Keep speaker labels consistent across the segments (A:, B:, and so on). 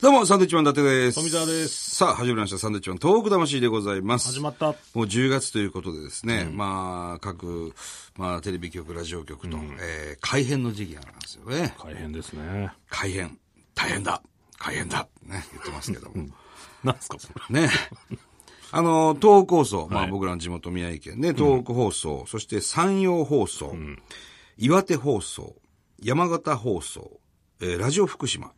A: どうも、サンドウィッチマン伊達です。
B: 富澤です。
A: さあ、始まりました。サンドウィッチマン、トーク魂でございます。
B: 始まった。
A: もう10月ということでですね、まあ、各、まあ、テレビ局、ラジオ局と、えー、改編の時期なんですよね。
B: 大変ですね。
A: 改編、大変だ、改編だ、ね、言ってますけども。
B: なんすか、それ。
A: ね。あの、東北放送、まあ僕らの地元宮城県ね、東北放送、そして山陽放送、岩手放送、山形放送、えーラジオ福島、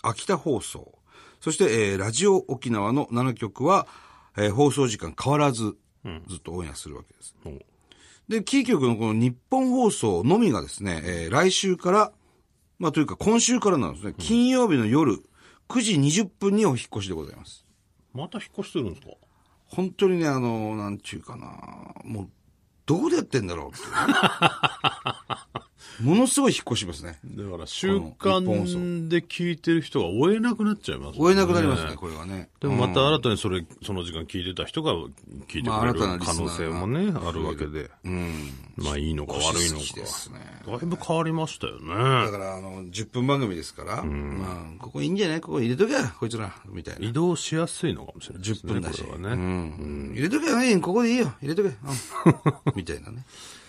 A: 秋田放送、そして、えーラジオ沖縄の7局は、えー放送時間変わらず、ずっとオンエアするわけです。
B: も
A: で、キー局のこの日本放送のみがですね、えー来週から、まあというか今週からなんですね、金曜日の夜9時20分にお引っ越しでございます。
B: うまた引っ越してるんですか
A: 本当にね、あの、なんちゅうかな、もう、どこでやってんだろう って。ものすごい引っ越しますね。
B: だから、習慣で聞いてる人が追えなくなっちゃいます、
A: 追えなくなりますね、。これはね。
B: でもまた新たにそれ、その時間聞いてた人が聞いて
A: まあ
B: く
A: 新
B: れ
A: たな
B: る
A: リスナー
B: 可能
A: が
B: 性もね、あるわけで。
A: うん。
B: まあいいのか悪いの
A: 好きです
B: か。
A: ね。
B: だいぶ変わりましたよ
A: だ
B: ね。
A: から、あの、10分番組ですから、まあ、ここいいんじゃないここ入れとけや、こいつら、みたいな。
B: 移動しやすいのかもしれないですね。
A: 10分だし
B: これはね。
A: うん。入れとけや、ね、ここでいいよ、入れとけ。うん みたいなね。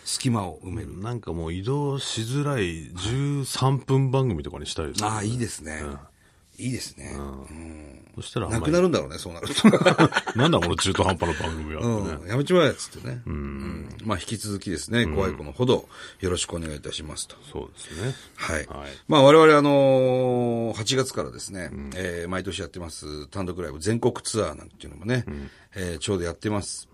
A: 隙間を埋める。
B: なんかもう移動しづらい13分番組とかにしたいですね。
A: ああ、いいですね。いいですね。うん
B: そしたらあん
A: な
B: ま
A: く
B: り
A: なるんだろうね、そうなると。
B: なんだこの中途半端な番組はってね。
A: うん、やめちまえっつってね。うん。まあ、引き続きですね、怖い子のほどよろしくお願いいたしますと。
B: そうですね。
A: はい。
B: はい
A: まあ、我々、あのー8月からですね、えー毎年やってます単独ライブ全国ツアーなんていうのもね、えーちょうどやってます。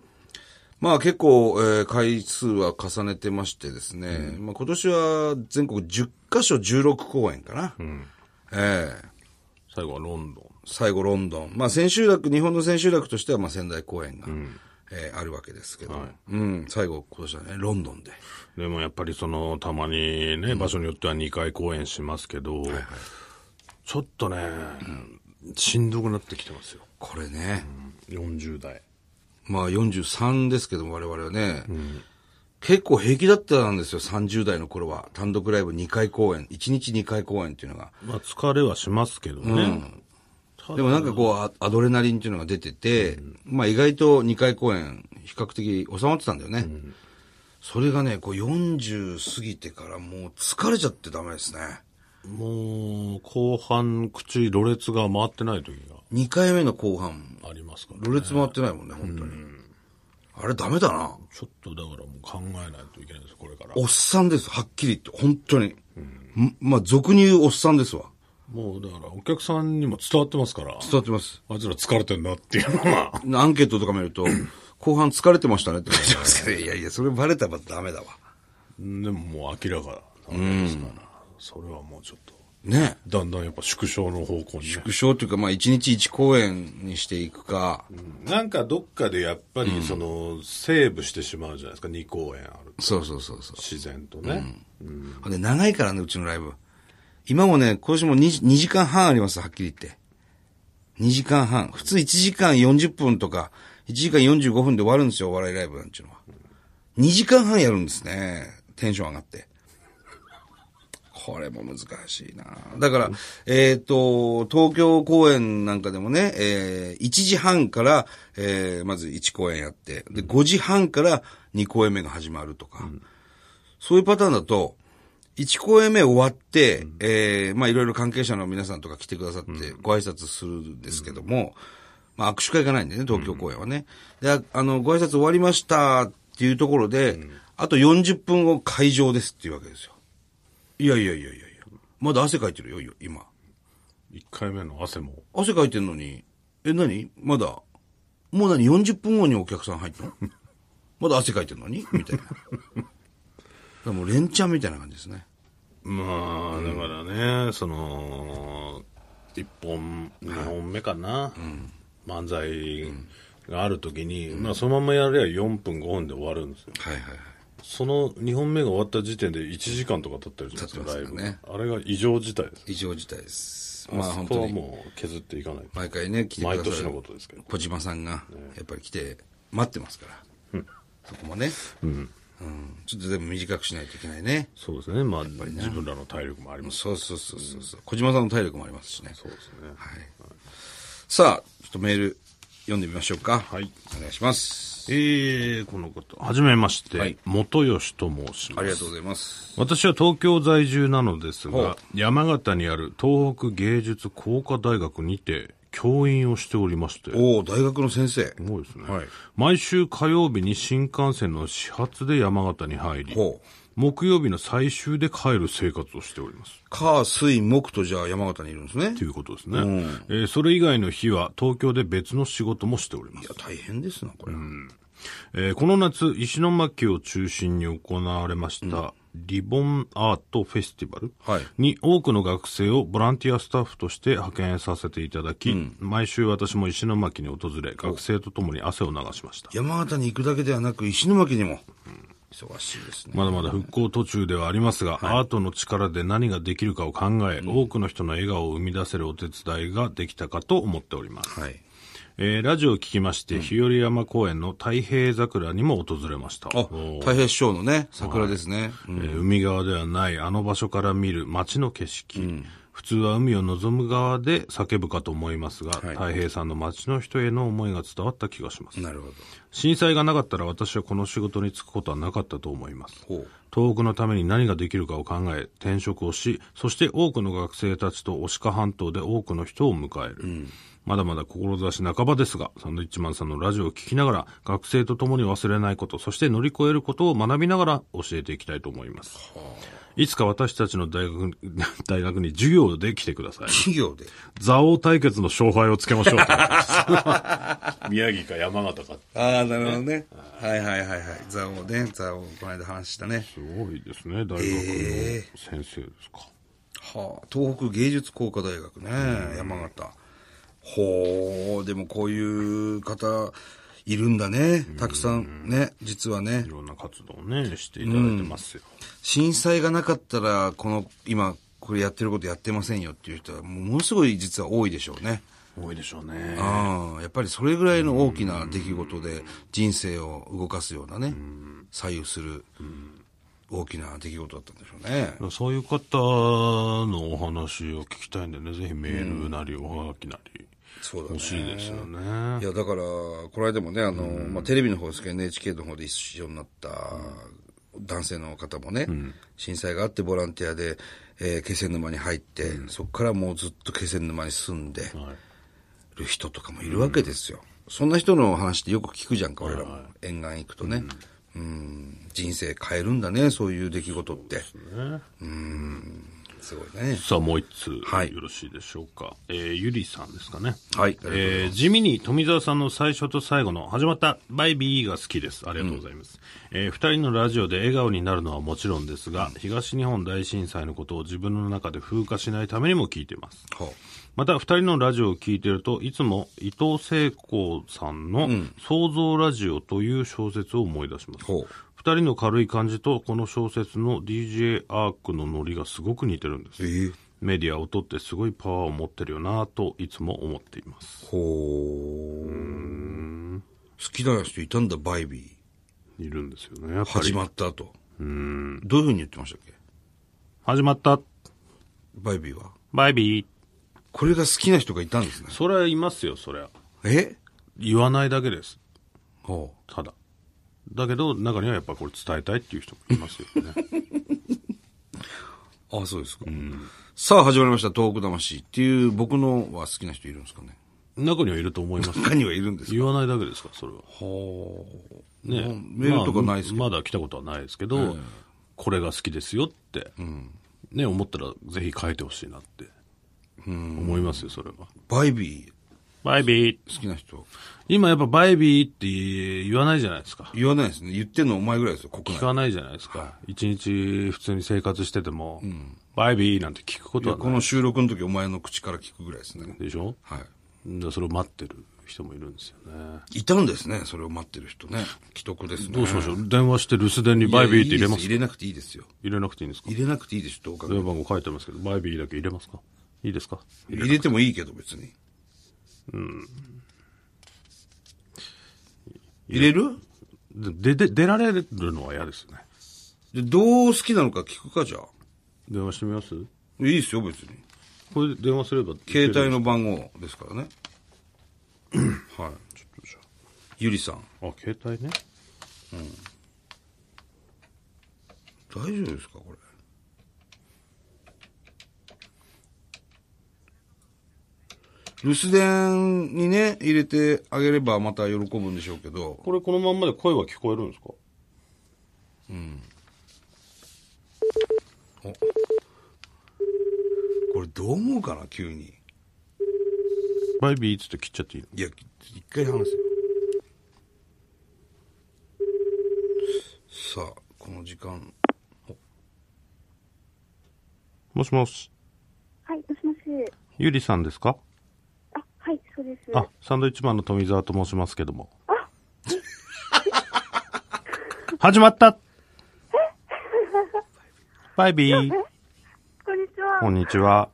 A: まあ、結構、えー回数は重ねてましてですね、まあ、今年は全国10カ所16公演かな。ええ
B: 最後はロンドン。
A: 最後ロンドン。まあ千秋楽、日本の千秋楽としてはまあ仙台公演が、えーあるわけですけど、うん、最後今年はね、ロンドンで。
B: でもやっぱりその、たまにね、場所によっては2回公演しますけど、ちょっとね、しんどくなってきてますよ。
A: これね、
B: 40代。
A: まあ43ですけども我々はね、結構平気だったんですよ、30代の頃は。単独ライブ2回公演、1日2回公演っていうのが。
B: まあ疲れはしますけどね。
A: でもなんかこうア、アドレナリンっていうのが出てて、まあ意外と2回公演、比較的収まってたんだよね。それがね、こう40過ぎてからもう疲れちゃってダメですね。
B: もう、後半、口、ろれつが回ってない時
A: 2回目の後半、
B: がありますから、
A: ろれつ回ってないもんね、本当に。あれダメだな。
B: ちょっとだからもう考えないといけないです、これから。
A: おっさんです、はっきり言って、本当に。んまあ、俗に言うおっさんですわ。
B: もうだから、お客さんにも伝わってますから、
A: 伝わってます。
B: あいつら疲れてんなっていうのは。
A: アンケートとか見る と、後半疲れてましたねって書いてますけど、 いやいや、それバレたらダメだわ。
B: でももう明らかなわけですから、それはもうちょっと、
A: ね。
B: だんだんやっぱ縮小の方向に、ね。
A: 副賞というか、まあ、1日1公演にしていくか、
B: なんかどっかでやっぱり、その、セーブしてしまうじゃないですか、2公演あると。
A: そうそうそうそう。
B: 自然とね。
A: ほんで、長いからね、うちのライブ。今もね、今年も 2, 2時間半あります、はっきり言って。2時間半。普通1時間40分とか、1時間45分で終わるんですよ、お笑いライブなんていうのは。2時間半やるんですね。テンション上がって。これも難しいなだから、えっ、と、東京公演なんかでもね、えー1時半から、えーまず1公演やって、で、5時半から2公演目が始まるとか、そういうパターンだと、1公演目終わって、えーまあいろいろ関係者の皆さんとか来てくださってご挨拶するんですけども、まあ握手会がないんでね、東京公演はね。で、ああの、ご挨拶終わりましたっていうところで、あと40分後会場ですっていうわけですよ。いやいやいやいやいや。まだ汗かいてるよ、今。
B: 1回目の汗も。
A: 汗かいてんのに、え、何まだ、もう何 ?40 分後にお客さん入った のまだ汗かいてんのにみた いな。だからもう連チャンみたいな感じですね。
B: まあ、だからね、その、1本、2本目かな。漫才があるときに、まあそのままやれば4分、5分で終わるんですよ。
A: はいはいはい。
B: その2本目が終わった時点で1時間とか経ってるじゃないです
A: 経
B: か、
A: って
B: ライ
A: ます
B: ブ
A: よ
B: が
A: ね。
B: あれが異常事態です。
A: 異常事態です。
B: ま
A: まあ
B: あ、
A: 本
B: 本
A: 当
B: 当は
A: に。
B: もう削っていかないと。
A: 毎回ね、来てく
B: 毎
A: だ
B: 年
A: さ
B: の
A: る
B: ことですけど。
A: 小島さんが、やっぱり来て、待ってますから。そこもね。うん。ちょっとでも短くしないといけないね。
B: そうですね。まあ、自分らの体力もあります。
A: そうそうそうそうそう。小島さんの体力もありますしね。
B: そうですね。
A: はい。さあ、ちょっとメール読んでみましょうか。
B: はい。
A: お願いします。
B: えー、このこと。はじめまして、
A: はい
B: 元吉と申します。
A: ありがとうございます。
B: 私は東京在住なのです
A: ほう
B: が、山形にある東北芸術工科大学にて教員をしておりまして、す
A: おお大学の先生。
B: ごいですね、
A: はい
B: 毎週火曜日に新幹線の始発で山形に入り、
A: ほう。
B: 木曜日の最終で帰る生活をしております。
A: 火、水、木とじゃあ山形にいるんですね。
B: ということですね、えーそれ以外の日は東京で別の仕事もしております
A: いや、。大変ですな、これ。
B: えーこの夏、石巻を中心に行われました、リボンアートフェスティバル
A: はい
B: に多くの学生をボランティアスタッフとして派遣させていただき、毎週私も石巻に訪れ、学生と共に汗を流しました。
A: 山形に行くだけではなく、石巻にも。忙しいですね。
B: まだまだ復興途中ではありますが、アートの力で何ができるかを考え、多くの人の笑顔を生み出せるお手伝いができたかと思っております。
A: はい。
B: えーラジオを聞きまして、日和山公園の太平桜にも訪れました。
A: あ、太平師匠のね、桜ですね。うん
B: えー海側ではないあの場所から見る街の景色、普通は海を望む側で叫ぶかと思いますが、
A: い
B: 太平さんの街の人への思いが伝わった気がします
A: なるほど。
B: 震災がなかったら私はこの仕事に就くことはなかったと思います
A: ほう。
B: 東北のために何ができるかを考え転職をしそして多くの学生たちと牡鹿半島で多くの人を迎える、まだまだ志半ばですがサンドイッチマンさんのラジオを聞きながら学生と共に忘れないことそして乗り越えることを学びながら教えていきたいと思いますいつか私たちの大学に 大学に授業で来てください
A: 企業で。
B: 蔵王対決の勝敗をつけましょうと宮城か山形か
A: ああ、なるほどね。はいはいはいはい。ザオね、ザオ、この間話したね。
B: すごいですね、大学の
A: え
B: 先生ですか。
A: はあ、東北芸術工科大学ね、山形。ほう、でもこういう方、いるんだね。たくさんね、実はね
B: い。ろんな活動をね、していただいてますよ。
A: 震災がなかったら、この、今、これやってることやってませんよっていう人は、もうものすごい実は多いでしょうね。
B: 多いでしょうね。
A: ああ、やっぱりそれぐらいの大きな出来事で人生を動かすようなね、左右する大きな出来事だったんでしょうね。
B: そういう方のお話を聞きたいんでね、ぜひメールなりおはがきなり
A: そうだね。
B: 欲しいですよね。
A: いや、だから、この間もね、あの、まあ、テレビの方ですけど、NHK の方で一緒になった男性の方もね、震災があってボランティアで、えー気仙沼に入って、そこからもうずっと気仙沼に住んで
B: はい
A: る人とかもいるわけですよ。そんな人の話ってよく聞くじゃんか、俺らも。沿岸行くとね。うん、人生変えるんだね、そういう出来事って。
B: ね
A: すごいね。
B: さあ、もう一通、
A: はい
B: よろしいでしょうか。えー、ゆりさんですかね。
A: はい。
B: えー地味に富澤さんの最初と最後の始まったバイビーが好きです。ありがとうございます。えー二人のラジオで笑顔になるのはもちろんですが、東日本大震災のことを自分の中で風化しないためにも聞いています。
A: ほ
B: また二人のラジオを聞いていると、いつも伊藤聖子さんの創造ラジオという小説を思い出します。
A: ほう
B: 二人の軽い感じと、この小説の DJ アークのノリがすごく似てるんです
A: う。。え
B: メディアを取ってすごいパワーを持ってるよなといつも思っています。
A: ほう好きな人いたんだ、バイビー。
B: いるんですよね。やっぱり
A: 始まった後。どういうふうに言ってましたっけ
B: 始まった。
A: バイビーは。
B: バイビー。
A: これが好きな人がいたんですね。
B: それはいますよ、そりゃ。
A: え
B: 言わないだけです。
A: ほ
B: ただ。だけど、中にはやっぱこれ伝えたいっていう人もいますよ ね。
A: う。あそうですか。さあ始まりました、東北魂っていう僕のは好きな人いるんですかね。
B: 中にはいると思います。
A: 他にはいるんですか
B: 言わないだけですから、それは。
A: ほう。
B: ね
A: うんメールとかないですけど。
B: まあまだ来たことはないですけど、これが好きですよって、ね、思ったらぜひ書いてほしいなって、思いますよ、それは。
A: バイビ
B: バイビー。
A: ー好きな人。
B: 今やっぱバイビーって言わないじゃないですか。
A: 言わないですね。言ってんのお前ぐらいですよ、国
B: 聞
A: 内。
B: かないじゃないですか。一日普通に生活してても、バイビーなんて聞くことは
A: こ
B: ない
A: の収録の時お前の口から聞くぐらいですね。
B: でしょ
A: は
B: でそれを待ってる人もいるんですよね。
A: い。いたんですね、それを待ってる人ね。既得ですね。
B: どうしましょう電話して留守電にバイビーって入れます
A: いやいいです入れなくていいですよ。
B: 入れなくていいんですか
A: 入れなくていいです、どう考えても
B: 電話番号書いてますけど、バイビーだけ入れますかいいですか
A: 入れてもいいけど別に。入れる
B: で、で、出られるのは嫌ですよね。
A: で、どう好きなのか聞くかじゃあ。
B: 電話してみます
A: いいですよ別に。
B: これで電話すれば。
A: 携帯の番号ですからね。はい。
B: ちょっとじ
A: ゆりさん。
B: ゃあ。あ、携帯ね。
A: 大丈夫ですかこれ。留守電にね、入れてあげればまた喜ぶんでしょうけど、
B: これこのまんまで声は聞こえるんですか
A: これどう思うかな、急に。
B: バイビーっつって切っちゃっていいの
A: いや、一回話せよ。さあ、この時間。
B: もしもし。
C: はい、もしもし。
B: ゆりさんですか
C: あ、はい、そうです。
B: あ、サンドイッチマンの富澤と申しますけども。始まったバイビー、
C: こんにち
B: こ
C: は。
B: んにちは。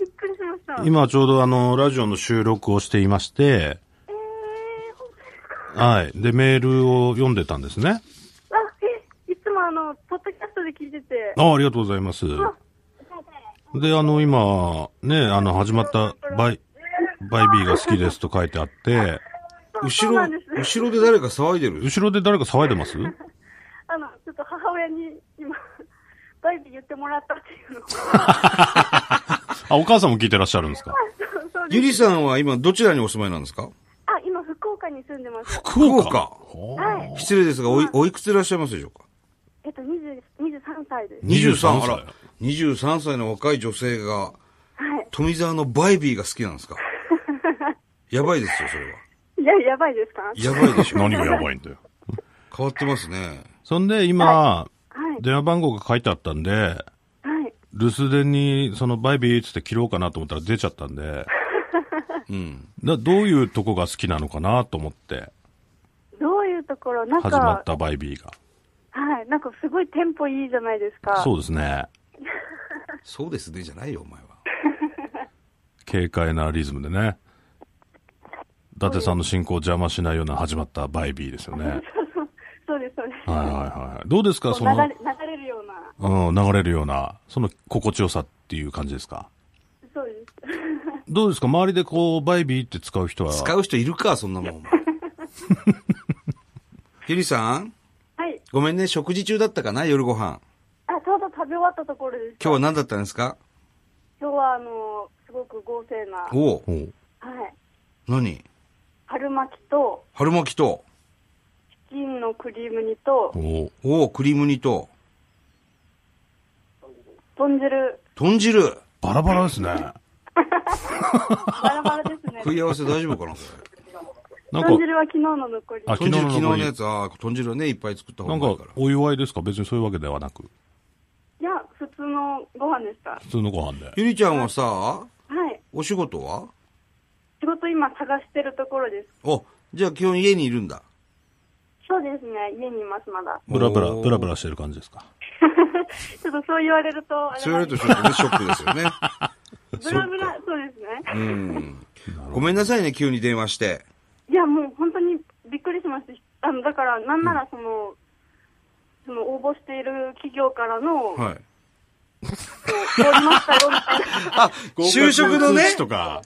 C: びっくりしました。
B: 今ちょうどあの、ラジオの収録をしていまして、
C: えー、本当ですか。
B: はい。で、メールを読んでたんですね。
C: あ、え、いつもあの、ポッドキャストで聞いてて。
B: あありがとうございます。で、あの、今、ね、あの、始まった、バイ、バイビーが好きですと書いてあって、
C: そう
A: 後
C: そう
A: ろ、
C: なんです。
A: 後ろで誰か騒いでる
B: 後ろで誰か騒いでます
C: あの、ちょっと母親に今、 バイビー言ってもらったっていうの を。
B: あ、お母さんも聞いてらっしゃるんですか
C: そうそうで
A: ゆ
C: す。
A: りさんは今どちらにお住まいなんですか
C: あ、今、福岡に住んでます。
A: 福岡。
C: はい。
A: 失礼ですが、おい、おいくつでいらっしゃいますでしょうか
C: えっと、20 23歳です。
B: 23歳
A: あら、23歳の若い女性が、
C: はい。
A: 富澤のバイビーが好きなんです かやばいですよ、それ
C: いや、やばいですか
A: は。やばいでしょ。
B: 何がやばいんだよ。
A: 変わってますね。
B: そんで、今、
C: はい。
B: 電話番号が書いてあったんで、
C: はい。
B: 留守電に、その、バイビーっつって切ろうかなと思ったら出ちゃったんで、
A: うん。
B: などういうとこが好きなのかなと思って、
C: どういうところ、なん
B: 始まっ
C: か、
B: たバイビーが。
C: はい。なんかすごいテンポいいじゃないですか。
B: そうですね。
A: そうですね、じゃないよ、お前は。
B: 軽快なリズムでね。伊達さんの進行を邪魔しないような始まったバイビーですよね。はい
C: そうです、そうです。
B: はいはい。どうですかそ
C: こう流
B: の
C: れ、流れるような。
B: うん、流れるような、その心地よさっていう感じですか
C: そうです。
B: どうですか周りでこう、バイビーって使う人は。
A: 使う人いるか、そんなもん、お 前ゆりさん
C: はい。
A: ごめんね、食事中だったかな、夜ご飯。
C: あ、ちょうど食べ終わったところです。
A: 今日は何だったんですか
C: 今日は、あの、すごく豪勢な、は
A: おう
B: おう
C: い。
A: 何
C: 春巻きと、
A: 春巻きと、
C: チキンのクリーム煮と
B: お、う
A: おうクリーム煮と、
C: 豚 汁、
A: 豚汁。
B: バラバラですね。なんか、
C: バラバラです ね。
A: 食い合わせ大丈夫かな、これ。
C: 豚汁は昨日の残り。
B: あ
C: は
B: 昨
A: 豚
B: 日
A: 汁、
B: の
A: 昨日の
B: 残り
A: やつ、ああ、豚汁はね、いっぱい作った
B: な
A: 方
B: ん
A: がいいか、。
B: からお祝いですか別にそういうわけではなく。
C: いや、普通のご飯でした。は
B: 普通のご飯で。
A: ゆりちゃんはさ、
C: い。
A: お仕事は
C: 仕事今探してるところです。
A: お、じゃあ基本家にいるんだ。
C: そうですね。家にいます、まだ。
B: ブラブラ、
A: おー
B: ブラブラしてる感じですか。
C: ちょっとそう言われると、あれ
A: そう言わ
C: なん
A: れる
C: で
A: と
C: す
A: ちょっとね、ショックですよね。
C: ブラブラ、そうですね。
A: うん。ごめんなさいね、急に電話して。
C: いや、もう本当にびっくりしました。あのだから、なんならその、その応募している企業からの、
A: はい。
C: 通りましたよみたいな、
A: あ、就職のね。
B: とか。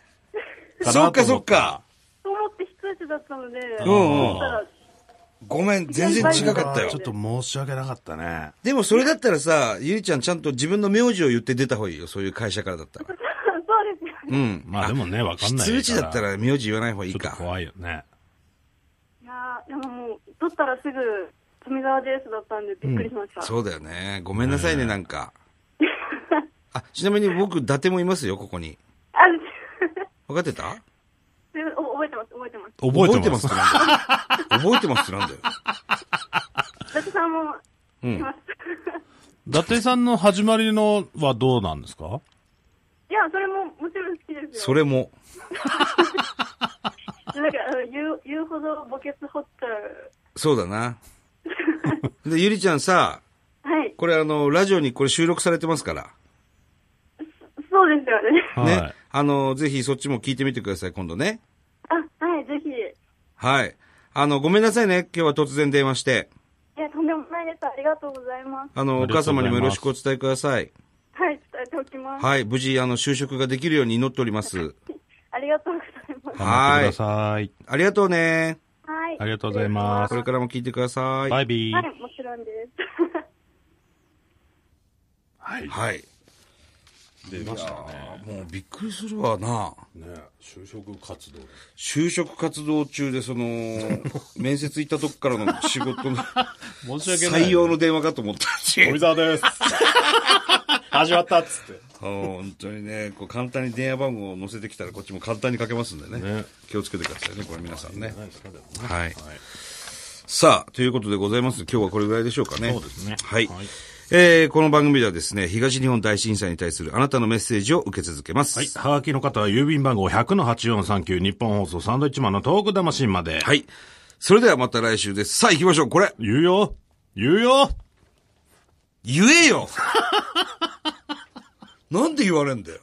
A: そっかそっか。。
C: と思って非通知だったので、
A: んうん
C: そしたら、
A: ごめん、全然違かったよ
B: ちょ。っと申し訳なかったね。
A: でもそれだったらさ、ゆりちゃんちゃんと自分の名字を言って出た方がいいよ、そういう会社からだったら。
C: そうですよね。
A: うん。
B: まあでもね、わかんないから。
A: 通知だったら名字言わない方がいい
B: ちょっと
A: か。
B: 怖いよね。
C: いやーでももう、取ったらすぐ、富澤ですだったんでびっくりしました。
A: そうだよね。ごめんなさいね、なんか。あ、ちなみに僕、伊達もいますよ、ここに。
C: あ、
A: 分かってた
C: すお覚えてます、覚えてま
B: 覚えてます。
A: 覚えてますってなんだよ。覚えてますってなんだよ。
C: す。伊達さんも、
A: うん
C: います。
B: 伊達さんの始まりのはどうなんですか
C: いや、それももちろん好きですよ。
A: それも。
C: なんか、あの言う言うほど墓穴掘っちゃう。
A: そうだ な。で、ゆりちゃんさ、
C: はい、
A: これあの、ラジオにこれ収録されてますから。
C: そうですよね。
B: はい。
A: ね。あの、ぜひそっちも聞いてみてください、今度ね。
C: あ、はい、ぜひ。い
A: はい。あの、ごめんなさいね。今日は突然電話して。
C: や、とんでもないです。ありがとうございます。
A: あの、
B: あ
A: お
B: りが
A: 母
B: とうご
A: 様
B: ざいます
A: にもよろしくお伝えください。
C: はい、伝えておきます。
A: はい。無事、あの、就職ができるように祈っております。
C: ありがとうございます。ざいます。
B: 頑張ってください。
A: ありがとうね。
C: はい。
B: ありがとうございます
A: これからも聞いてください。
B: バイビ
C: は
B: ー。
C: い、もちろんです。
B: はい。
A: はい。
B: 出ましたね。
A: あもうびっくりするわな。
B: ね就職活動。
A: 就職活動中でそ の、面接行ったとこからの仕事の
B: 申し訳ない。
A: 採用の電話かと思ったし。
B: 富澤です。始まったっつって。
A: あの本当にね、こう簡単に電話番号を載せてきたらこっちも簡単にかけますんでね。
B: ね
A: 気をつけてくださいね、これ皆さんね。
B: ないですか、でもね。
A: はい。さあ、ということでございます。今日はこれぐらいでしょうかね。
B: そうですね
A: はい。
B: はい
A: えー、この番組ではですね、東日本大震災に対するあなたのメッセージを受け続けます。
B: はい。はがきの方は郵便番号100-8439日本放送サンドイッチマンのトーク魂まで。
A: はい。それではまた来週です。さあ行きましょう。これ、
B: 言うよ言うよ
A: 言えよなんで言われんだよ。